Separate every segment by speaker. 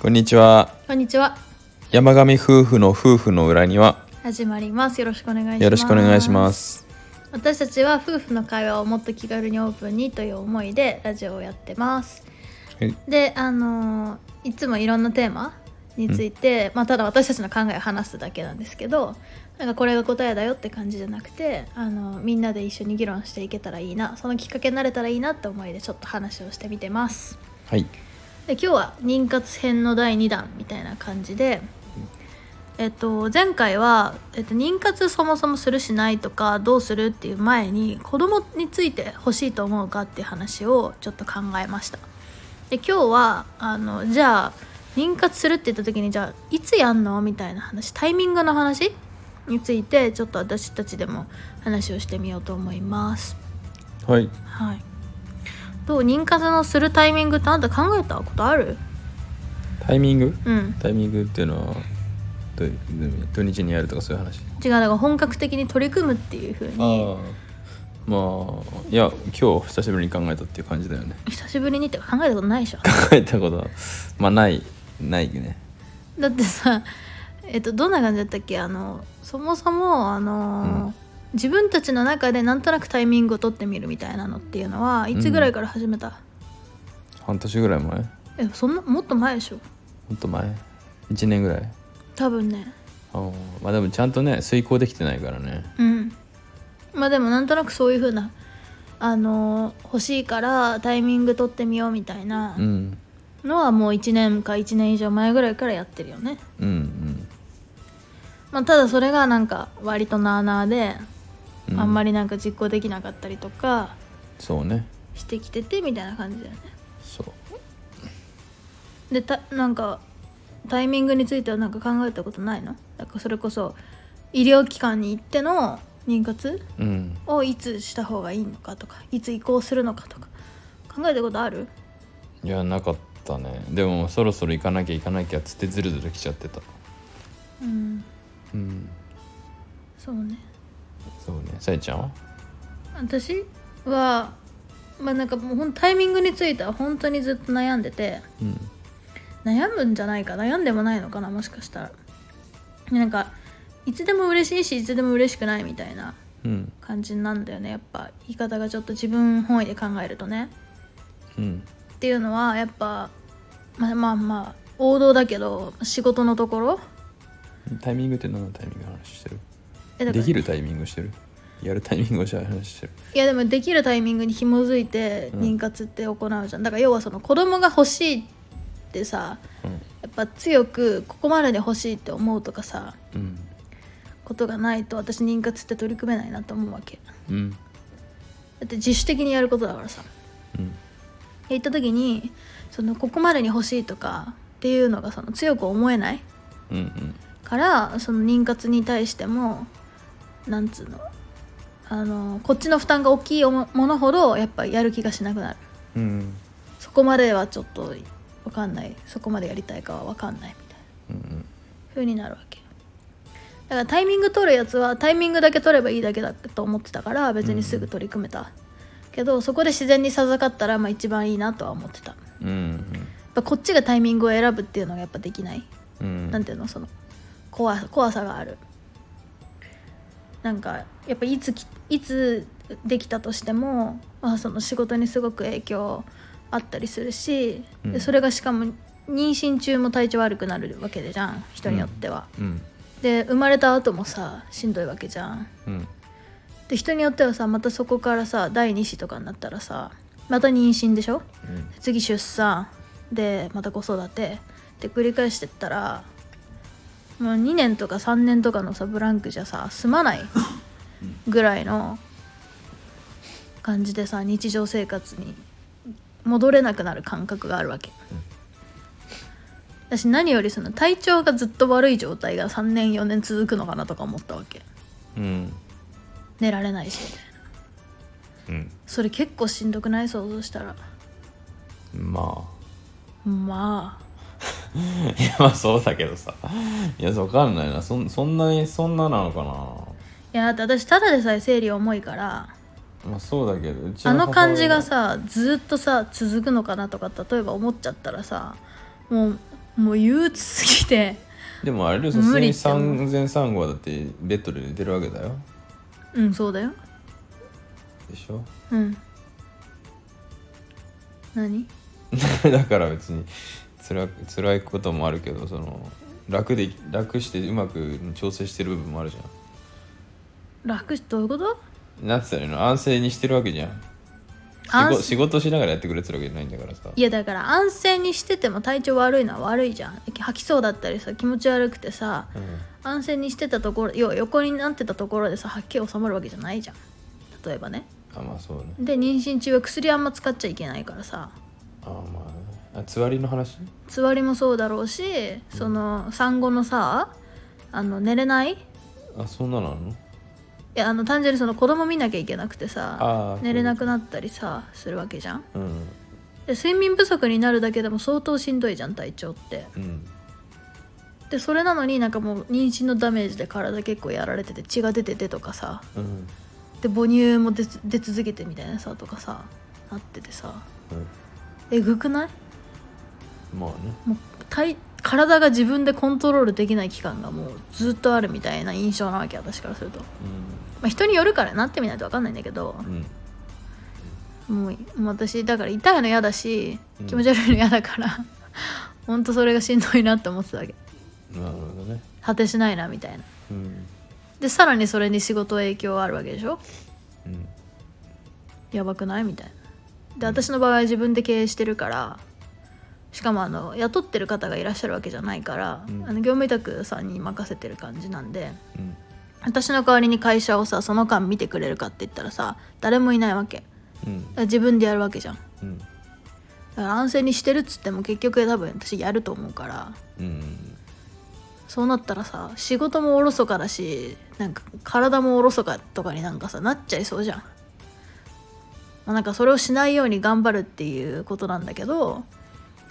Speaker 1: こんにちは
Speaker 2: こんにちは。
Speaker 1: 山上夫婦の夫婦の裏には
Speaker 2: 始まります。よろしくお願いします。
Speaker 1: よろしくお願いしま。す
Speaker 2: 私たちは夫婦の会話をもっと気軽にオープンにという思いでラジオをやってます。
Speaker 1: はい
Speaker 2: で、あのーいつもいろんなテーマについて、まあただ私たちの考えを話すだけなんですけど、なんかこれが答えだよって感じじゃなくて、あのーみんなで一緒に議論していけたらいいな、そのきっかけになれたらいいなって思いでちょっと話をしてみてます。
Speaker 1: はい
Speaker 2: で今日は妊活編の第2弾みたいな感じで、えっと、前回は、えっと、妊活そもそもするしないとかどうするっていう前に子供について欲しいと思うかっていう話をちょっと考えましたで今日はあのじゃあ妊活するって言った時にじゃあいつやんのみたいな話タイミングの話についてちょっと私たちでも話をしてみようと思います
Speaker 1: はい
Speaker 2: はいどう妊活のするタイミングってあんた考えたことある
Speaker 1: タイミング
Speaker 2: うん
Speaker 1: タイミングっていうのはどういうどういう意味土日にやるとかそういう話
Speaker 2: 違うだから本格的に取り組むっていう風に
Speaker 1: ああまあいや今日久しぶりに考えたっていう感じだよね
Speaker 2: 久しぶりにってか考えたことないでしょ
Speaker 1: 考えたことはまあないないね
Speaker 2: だってさえっとどんな感じだったっけあのそもそもあの、
Speaker 1: うん
Speaker 2: 自分たちの中でなんとなくタイミングを取ってみるみたいなのっていうのはいつぐらいから始めた、
Speaker 1: 半年ぐらい前も
Speaker 2: えそんなもっと前でしょ
Speaker 1: っと前1年ぐらい
Speaker 2: 多分ね
Speaker 1: あーまあでもちゃんとね遂行できてないからね
Speaker 2: うんまあでもなんとなくそういう風なあの欲しいからタイミング取ってみようみたいな
Speaker 1: うん
Speaker 2: のはもう1年か1年以上前ぐらいからやってるよね
Speaker 1: うんうん
Speaker 2: まあ、ただそれがなんか割となあなあで、
Speaker 1: うん
Speaker 2: あんまりなんか実行できなかったりとか
Speaker 1: そうね
Speaker 2: してきててみたいな感じだよね
Speaker 1: そう
Speaker 2: でたなんかタイミングについてはなんか考えたことないのだからそれこそ医療機関に行っての妊活
Speaker 1: うん
Speaker 2: をいつした方がいいのかとかいつ移行するのかとか考えたことある
Speaker 1: いやなかったねでもそろそろ行かなきゃ行かなきゃっつってずるずる来ちゃってた
Speaker 2: うん
Speaker 1: うん
Speaker 2: そうね
Speaker 1: そうねさえちゃんは
Speaker 2: 私はまあなんかもうほんタイミングについては本当にずっと悩んでて
Speaker 1: うん
Speaker 2: 悩むんじゃないか悩んでもないのかなもしかしたらなんかいつでも嬉しいしいつでも嬉しくないみたいな
Speaker 1: うん
Speaker 2: 感じなんだよねやっぱ言い方がちょっと自分本位で考えるとね
Speaker 1: うん
Speaker 2: っていうのはやっぱまあまあまあ王道だけど仕事のところ
Speaker 1: タイミングって何のタイミングの話して
Speaker 2: え
Speaker 1: る
Speaker 2: だから
Speaker 1: できるタイミングしてるやるタイミングをしゃ話してる
Speaker 2: いやでもできるタイミングに紐づいて
Speaker 1: うん
Speaker 2: 妊活って行うじゃん、だから要はその子供が欲しいってさやっぱ強くここまでで欲しいって思うとかさ
Speaker 1: うん
Speaker 2: ことがないと私妊活って取り組めないなと思うわけ
Speaker 1: うんうん
Speaker 2: だって自主的にやることだからさ
Speaker 1: うん
Speaker 2: 行った時にそのここまでに欲しいとかっていうのがその強く思えない
Speaker 1: うんうん
Speaker 2: からその妊活に対してもなんつうのあのこっちの負担が大きいものほどやっぱやる気がしなくなる
Speaker 1: うん
Speaker 2: そこまではちょっと分かんないそこまでやりたいかは分かんないみたいな
Speaker 1: うん
Speaker 2: 風になるわけだからタイミング取るやつはタイミングだけ取ればいいだけだと思ってたから別にすぐ取り組めた、けどそこで自然にさざかったらまあ一番いいなとは思ってた
Speaker 1: うんうん
Speaker 2: やっぱこっちがタイミングを選ぶっていうのがやっぱできない、
Speaker 1: うん
Speaker 2: なんていうのその怖怖さがあるなんかやっぱいつきいつできたとしても、まあ、その仕事にすごく影響あったりするし、
Speaker 1: うん
Speaker 2: でそれがしかも妊娠中も体調悪くなるわけでじゃん人によっては、
Speaker 1: うん
Speaker 2: で生まれた後もさしんどいわけじゃん
Speaker 1: うん
Speaker 2: で人によってはさまたそこからさ第2子とかになったらさまた妊娠でしょ
Speaker 1: うん
Speaker 2: 次出産でまた子育てで繰り返してったらもう2年とか3年とかのさブランクじゃさ済まないぐらいの感じでさ日常生活に戻れなくなる感覚があるわけ私何よりその体調がずっと悪い状態が3年4年続くのかなとか思ったわけ
Speaker 1: うん
Speaker 2: 寝られないしみたいな
Speaker 1: うん
Speaker 2: それ結構しんどくない想像したら
Speaker 1: まあ
Speaker 2: まあ
Speaker 1: い やまあそうだけどさいやわかんないなそんそんなにそんななのか
Speaker 2: いやだって私ただでさえ生理重いから
Speaker 1: まあそうだけどうち
Speaker 2: あの
Speaker 1: 母親
Speaker 2: 感じがさずっとさ続くのかなとか例えば思っちゃったらさもうもう憂鬱すぎて
Speaker 1: でもあれでさすが
Speaker 2: 無理
Speaker 1: に
Speaker 2: って思
Speaker 1: 産前産後はだってベッドで寝てるわけだよ
Speaker 2: うんそうだよ
Speaker 1: でしょ
Speaker 2: うん何
Speaker 1: だから別に辛く辛いこともあるけどその楽で楽してうまく調整してる部分もあるじゃん
Speaker 2: 楽しどういうこと
Speaker 1: なんつったらいいの安静にしてるわけじゃん仕事
Speaker 2: 安
Speaker 1: 仕事しながらやってくれてるわけじゃないんだからさ
Speaker 2: いやだから安静にしてても体調悪いのは悪いじゃん吐きそうだったりさ気持ち悪くてさ
Speaker 1: うん
Speaker 2: 安静にしてたところ要は横になってたところでさはっきり収まるわけじゃないじゃん例えばね
Speaker 1: あまあそうね
Speaker 2: で妊娠中は薬あんま使っちゃいけないからさ
Speaker 1: あまあねあつわりの話
Speaker 2: つわりもそうだろうしその産後のさあの寝れないい
Speaker 1: あそんなのあるの
Speaker 2: やあの単純にその子供見なきゃいけなくて
Speaker 1: あ
Speaker 2: さ
Speaker 1: ー
Speaker 2: 寝れなくなったりさするわけじゃん
Speaker 1: うん
Speaker 2: で睡眠不足になるだけでも相当しんどいじゃん体調って
Speaker 1: うん
Speaker 2: でそれなのになんかもう妊娠のダメージで体結構やられてて血が出ててとかさ
Speaker 1: うんうん
Speaker 2: で母乳も出出続けてみたいなさとかさなっててさえぐくない
Speaker 1: まあね
Speaker 2: もう体体が自分でコントロールできない期間がもうずっとあるみたいな印象なわけ私からすると、まあ、人によるからなってみないと分かんないんだけど
Speaker 1: うんうん
Speaker 2: もうもう私だから痛いの嫌だし
Speaker 1: うん
Speaker 2: 気持ち悪いの嫌だから ほんとそれがしんどいなって思ってたわけ
Speaker 1: なるほどね
Speaker 2: 果てしないなみたいな
Speaker 1: うん
Speaker 2: でさらにそれに仕事影響あるわけでしょ
Speaker 1: うん
Speaker 2: やばくないみたいなで私の場合自分で経営してるからしかもあの雇ってる方がいらっしゃるわけじゃないから、
Speaker 1: うん
Speaker 2: あの業務委託さんに任せてる感じなんで
Speaker 1: うん
Speaker 2: 私の代わりに会社をさその間見てくれるかって言ったらさ誰もいないわけだか
Speaker 1: うん
Speaker 2: ら自分でやるわけじゃんだ
Speaker 1: うん
Speaker 2: から安静にしてるっつっても結局多分私やると思うから
Speaker 1: うん
Speaker 2: そうなったらさ仕事もおろそかだしなんか体もおろそかとかになんかさなっちゃいそうじゃん、まあ、なんかそれをしないように頑張るっていうことなんだけど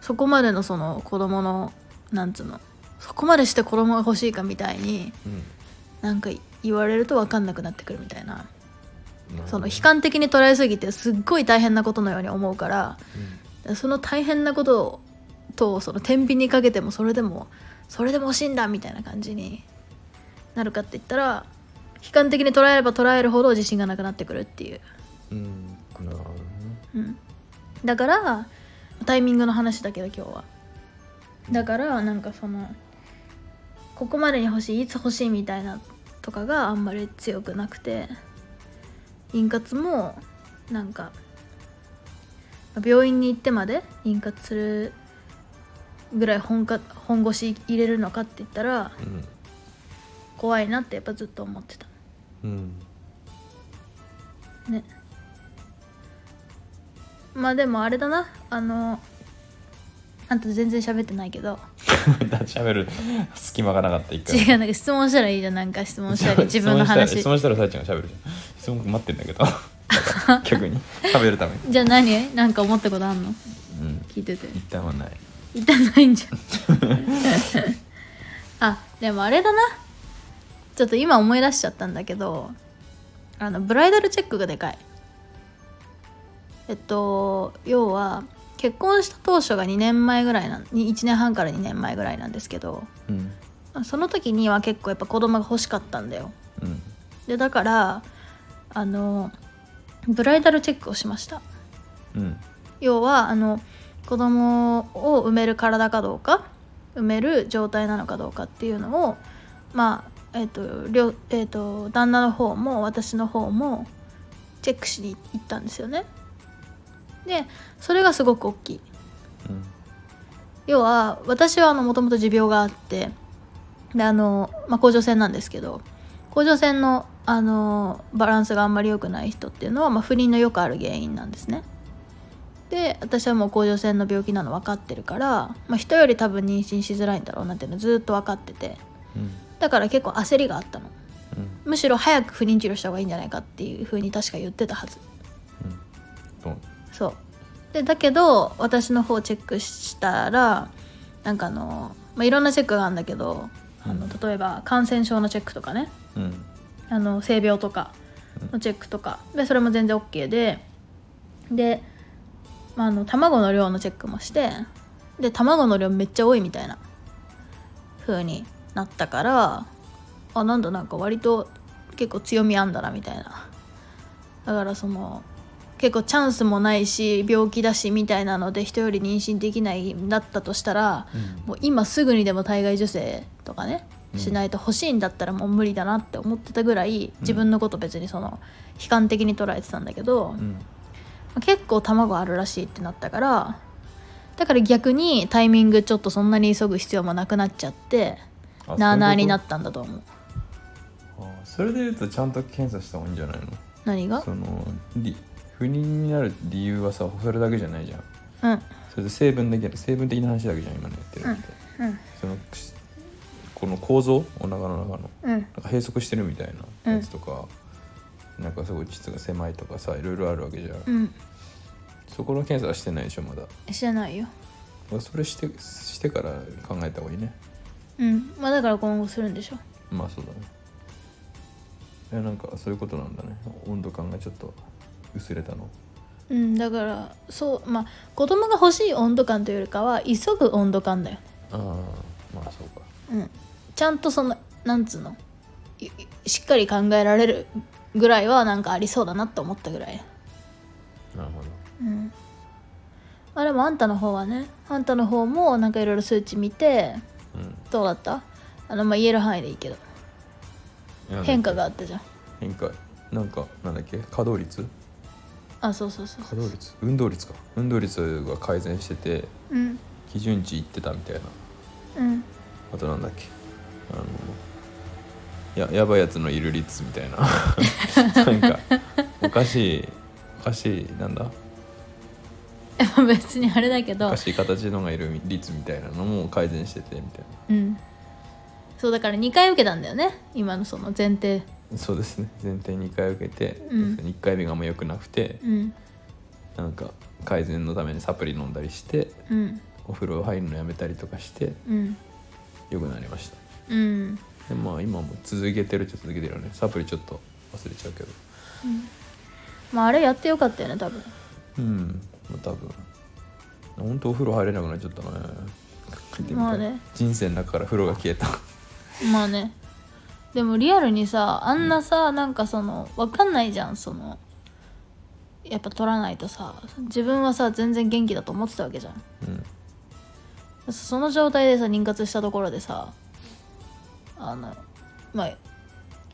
Speaker 2: そこまでのその子供のなんつうのそこまでして子供が欲しいかみたいになんか言われると分かんなくなってくるみたいな
Speaker 1: うん
Speaker 2: その悲観的に捉えすぎてすっごい大変なことのように思うからその大変なこととその天秤にかけてもそれでもそれでも惜しいんだみたいな感じになるかって言ったら悲観的に捉えれば捉えるほど自信がなくなってくるっていう、
Speaker 1: うんなるほどね
Speaker 2: うん、だからタイミングの話だけど今日はだからなんかそのここまでに欲しいいつ欲しいみたいなとかがあんまり強くなくて妊活もなんか病院に行ってまで妊活するぐらい本か本腰入れるのかって言ったら怖いなってやっぱずっと思ってた
Speaker 1: うんうん
Speaker 2: ねまあでもあれだなあのあんた全然喋ってないけど
Speaker 1: 喋る隙間がなかった一回
Speaker 2: 違うなんか質問したらいいじゃんなんか質問したり自分の話
Speaker 1: 質問したら質問したらさえちゃんが喋るじゃん質問待ってんだけど逆に食べるために
Speaker 2: じゃあ何なんか思ったことあんの
Speaker 1: うん
Speaker 2: 聞いてて
Speaker 1: 一旦はない
Speaker 2: 痛ないんじゃんあでもあれだなちょっと今思い出しちゃったんだけどあのブライダルチェックがでかいえっと要は結婚した当初が2年前ぐらいなんに1年半から2年前ぐらいなんですけど
Speaker 1: うん
Speaker 2: その時には結構やっぱ子供が欲しかったんだよ
Speaker 1: うん
Speaker 2: でだからあのブライダルチェックをしました
Speaker 1: うん
Speaker 2: 要はあの子供を産める体かどうか産める状態なのかどうかっていうのをまあえっ、と両えっ、と旦那の方も私の方もチェックしに行ったんですよね。でそれがすごく大きい。
Speaker 1: うん
Speaker 2: 要は私はもともと持病があってであの、まあ、甲状腺なんですけど甲状腺のあのバランスがあんまり良くない人っていうのは、まあ、不妊のよくある原因なんですね。で私はもう甲状腺の病気なの分かってるから、まあ、人より多分妊娠しづらいんだろうなっていうのずっと分かってて
Speaker 1: うん
Speaker 2: だから結構焦りがあったの
Speaker 1: うん
Speaker 2: むしろ早く不妊治療した方がいいんじゃないかっていうふうに確か言ってたはず
Speaker 1: うんどう
Speaker 2: そうでだけど私の方チェックしたらなんかあの、まあ、いろんなチェックがあるんだけどあの
Speaker 1: うん
Speaker 2: 例えば感染症のチェックとかね
Speaker 1: うん
Speaker 2: あの性病とかのチェックとかでそれも全然 OK でで、まあ、あの卵の量のチェックもしてで卵の量めっちゃ多いみたいな風になったからあなんだなんか割と結構強みあんだなみたいなだからその結構チャンスもないし病気だしみたいなので人より妊娠できないんだったとしたら、もう今すぐにでも体外受精とかね
Speaker 1: うん
Speaker 2: しないと欲しいんだったらもう無理だなって思ってたぐらい自分のこと別にその悲観的に捉えてたんだけど、
Speaker 1: うんうん
Speaker 2: 結構卵あるらしいってなったからだから逆にタイミングちょっとそんなに急ぐ必要もなくなっちゃって
Speaker 1: あ
Speaker 2: なあなあにな
Speaker 1: そういうこ
Speaker 2: ったんだと思う
Speaker 1: とあそれでいうとちゃんと検査した方がいいんじゃないの
Speaker 2: 何が
Speaker 1: そのり不妊になる理由はさそれだけじゃないじゃん
Speaker 2: うん
Speaker 1: それで成分だけ成分的な話だけじゃん今のやってるのって、
Speaker 2: うん
Speaker 1: そのしこの構造お腹の中の
Speaker 2: うん
Speaker 1: なんか閉塞してるみたいなやつとか、なんかすごい膣が狭いとかさいろいろあるわけじゃん、
Speaker 2: うん
Speaker 1: そこの検査はしてないでしょまだ
Speaker 2: してないよ
Speaker 1: まあそれしてしてから考えた方がいいね
Speaker 2: うんまあだから今後するんでしょ
Speaker 1: まあそうだねいやなんかそういうことなんだね温度感がちょっと薄れたの
Speaker 2: うんだからそうまあ子供が欲しい温度感というよりかは急ぐ温度感だよね
Speaker 1: ああまあそうか
Speaker 2: うんちゃんとそのなんつうのいいしっかり考えられるぐらいはなんかありそうだなと思ったぐらい
Speaker 1: なるほど
Speaker 2: うんあでもあんたの方はねあんたの方もなんかいろいろ数値見て
Speaker 1: うん
Speaker 2: どうだったあのまあ言える範囲でいいけど
Speaker 1: いや
Speaker 2: 変化があったじゃん
Speaker 1: 変化なんかなんだっけ稼働率
Speaker 2: あそうそうそう
Speaker 1: 稼働率運動率か運動率が改善してて
Speaker 2: うん
Speaker 1: 基準値いってたみたいな
Speaker 2: うん
Speaker 1: あとなんだっけあのややばいやつのいる率みた いななんかおかしいおかしいなんだ
Speaker 2: でも別にあれだけ
Speaker 1: お
Speaker 2: ど
Speaker 1: かしい形のがいる率みたいなのも改善しててみたい
Speaker 2: うんそうだから2回受けたんだよね今のその前提
Speaker 1: なそうですね前提2回受けて、
Speaker 2: うん
Speaker 1: 1回目があんま良くなくて
Speaker 2: うん
Speaker 1: なんか改善のためにサプリ飲んだりして
Speaker 2: うん
Speaker 1: お風呂入るのやめたりとかして
Speaker 2: うん
Speaker 1: 良くなりました
Speaker 2: うん
Speaker 1: でまあ今も続けてるっちゃ続けてるよねサプリちょっと忘れちゃうけど
Speaker 2: まああれやってよかったよね多分
Speaker 1: うんまあ多分本当お風呂入れなくなっちゃったね帰ってみたい
Speaker 2: まあね
Speaker 1: 人生の中から風呂が消えた
Speaker 2: まあねでもリアルにさあんなさ、なんかそのわかんないじゃんそのやっぱ取らないとさ自分はさ全然元気だと思ってたわけじゃん
Speaker 1: うん
Speaker 2: その状態でさ妊活したところでさあのまあ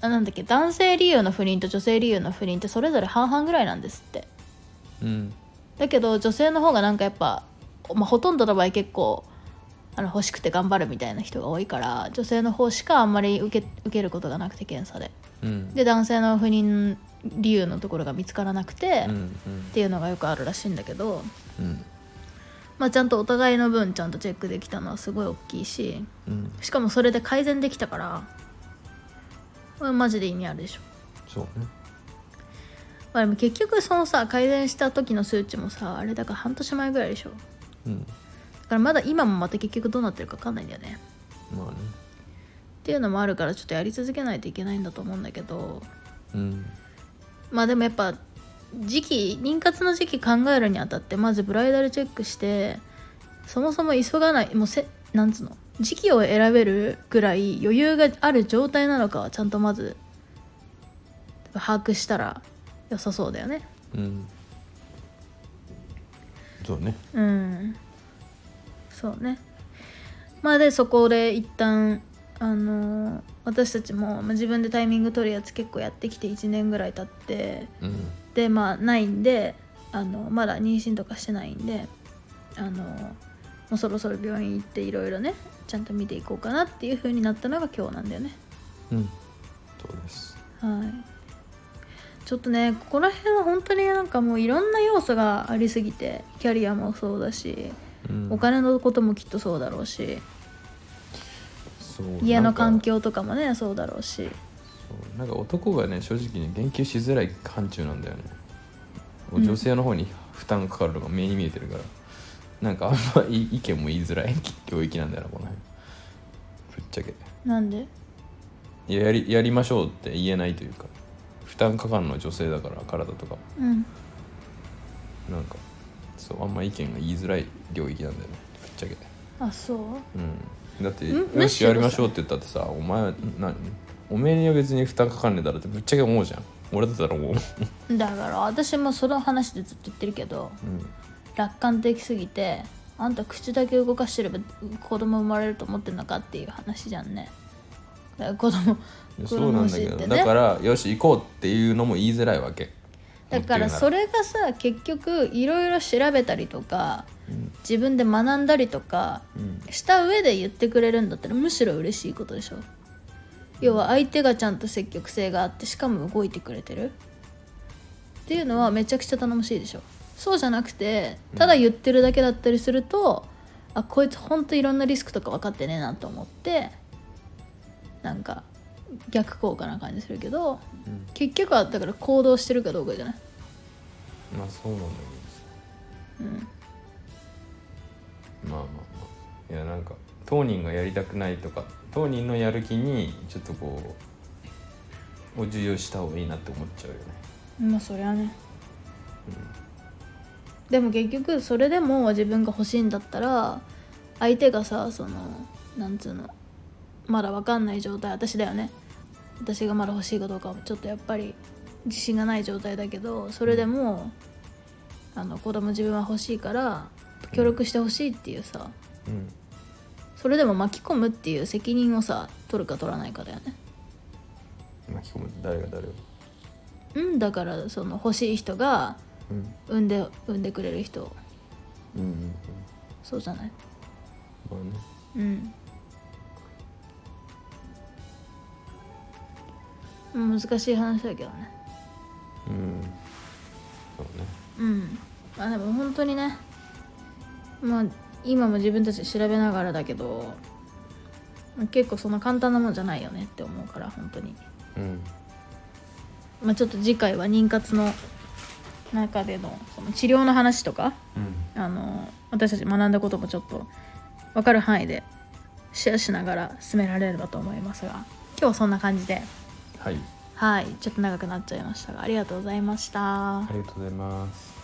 Speaker 2: あなんだっけ男性理由の不妊と女性理由の不妊ってそれぞれ半々ぐらいなんですって
Speaker 1: うん
Speaker 2: だけど女性の方がなんかやっぱ、まあ、ほとんどの場合結構あの欲しくて頑張るみたいな人が多いから女性の方しかあんまり受け受けることがなくて検査で
Speaker 1: うん
Speaker 2: で男性の不妊理由のところが見つからなくて、
Speaker 1: うんう
Speaker 2: っ
Speaker 1: ん
Speaker 2: ていうのがよくあるらしいんだけど、
Speaker 1: うん
Speaker 2: まあ、ちゃんとお互いの分ちゃんとチェックできたのはすごい大きいし
Speaker 1: うん
Speaker 2: しかもそれで改善できたからこれマジで意味あるでしょ
Speaker 1: そうね
Speaker 2: まあでも結局そのさ改善した時の数値もさあれだから半年前ぐらいでしょ
Speaker 1: うん
Speaker 2: だからまだ今もまた結局どうなってるか分かんないんだよね
Speaker 1: まあね
Speaker 2: っていうのもあるからちょっとやり続けないといけないんだと思うんだけど
Speaker 1: うん
Speaker 2: まあでもやっぱ時期妊活の時期考えるにあたってまずブライダルチェックしてそもそも急がないもうせなんつうの時期を選べるぐらい余裕がある状態なのかはちゃんとまず把握したら良さそうだよね
Speaker 1: うんそうね
Speaker 2: うんそうねまあでそこで一旦あのー私たちもまあ自分でタイミング取るやつ結構やってきて1年ぐらい経って
Speaker 1: うん
Speaker 2: でまあないんであのまだ妊娠とかしてないんであのもうそろそろ病院行っていろいろねちゃんと見ていこうかなっていう風になったのが今日なんだよね
Speaker 1: うんそうです
Speaker 2: はいちょっとねここら辺は本当になんかもういろんな要素がありすぎてキャリアもそうだし
Speaker 1: うん
Speaker 2: お金のこともきっとそうだろうし
Speaker 1: そう
Speaker 2: 家
Speaker 1: な
Speaker 2: の
Speaker 1: んか
Speaker 2: 環境とかもねそうだろうし
Speaker 1: そうなんか男がね正直に言及しづらい範疇なんだよね
Speaker 2: うん
Speaker 1: 女性の方に負担がかかるのが目に見えてるから、なんかあんまり意見も言いづらい 領域なんだよなこの辺ぶっちゃけ
Speaker 2: なんで
Speaker 1: いややりやりましょうって言えないというか負担かかるのは女性だから体とか
Speaker 2: うん
Speaker 1: なんかそうあんま意見が言いづらい領域なんだよねぶっちゃけ
Speaker 2: あそう
Speaker 1: うんだって
Speaker 2: ん
Speaker 1: 「
Speaker 2: む
Speaker 1: よ
Speaker 2: し
Speaker 1: し
Speaker 2: ろ
Speaker 1: やりましょう」って言ったってさお前何おめえには別に負担かかんねえだろってぶっちゃけ思うじゃん俺だったらもう、
Speaker 2: だから私もその話でずっと言ってるけど
Speaker 1: うん
Speaker 2: 楽観的すぎてあんた口だけ動かしてれば子供生まれると思ってんのかっていう話じゃんねだから子供
Speaker 1: い
Speaker 2: 子
Speaker 1: やそう
Speaker 2: 供
Speaker 1: なん
Speaker 2: 欲
Speaker 1: だ
Speaker 2: し
Speaker 1: け
Speaker 2: いっ
Speaker 1: ど、
Speaker 2: て
Speaker 1: だ
Speaker 2: ね
Speaker 1: からよし行こうっていうのも言いづらいわけ
Speaker 2: だから
Speaker 1: 持って
Speaker 2: そ
Speaker 1: る
Speaker 2: れがさ結局いろいろ調べたりとか
Speaker 1: うん
Speaker 2: 自分で学んだりとか
Speaker 1: ならうん
Speaker 2: した上で言ってくれるんだったらむしろ嬉しいことでしょ要は相手がちゃんと積極性があってしかも動いてくれてるっていうのはめちゃくちゃ頼もしいでしょそうじゃなくてただ言ってるだけだったりすると、あこいつほんといろんなリスクとか分かってねえなと思ってなんか逆効果な感じするけど
Speaker 1: うん
Speaker 2: 結局はだから行動してるかどうかじゃない
Speaker 1: まあそうなんだけどさ、まあまあまあいやなんか当人がやりたくないとか当人のやる気にちょっとこうを重要した方がいいなって思っちゃうよね
Speaker 2: まあそりゃね、でも結局それでも自分が欲しいんだったら相手がさそのなんつうのまだ分かんない状態私だよね私がまだ欲しいかどうかはちょっとやっぱり自信がない状態だけどそれでもあの子供自分は欲しいから協力してほしいっていうさ
Speaker 1: うん
Speaker 2: それでも巻き込むっていう責任をさ取るか取らないかだよね
Speaker 1: 巻き込む誰が誰を
Speaker 2: うんだからその欲しい人が
Speaker 1: うん
Speaker 2: 産んで産んでくれる人
Speaker 1: うんうん
Speaker 2: そうじゃない
Speaker 1: まあね
Speaker 2: うん難しい話だけどね
Speaker 1: うんそうね
Speaker 2: うんあでも本当にねまあ今も自分たちで調べながらだけど結構そんな簡単なもんじゃないよねって思うから本当に
Speaker 1: うん
Speaker 2: まあちょっと次回は妊活の中でのその治療の話とか
Speaker 1: うん
Speaker 2: あの私たち学んだこともちょっと分かる範囲でシェアしながら進められればと思いますが今日はそんな感じで
Speaker 1: はい
Speaker 2: はいちょっと長くなっちゃいましたがありがとうございました。
Speaker 1: ありがとうございます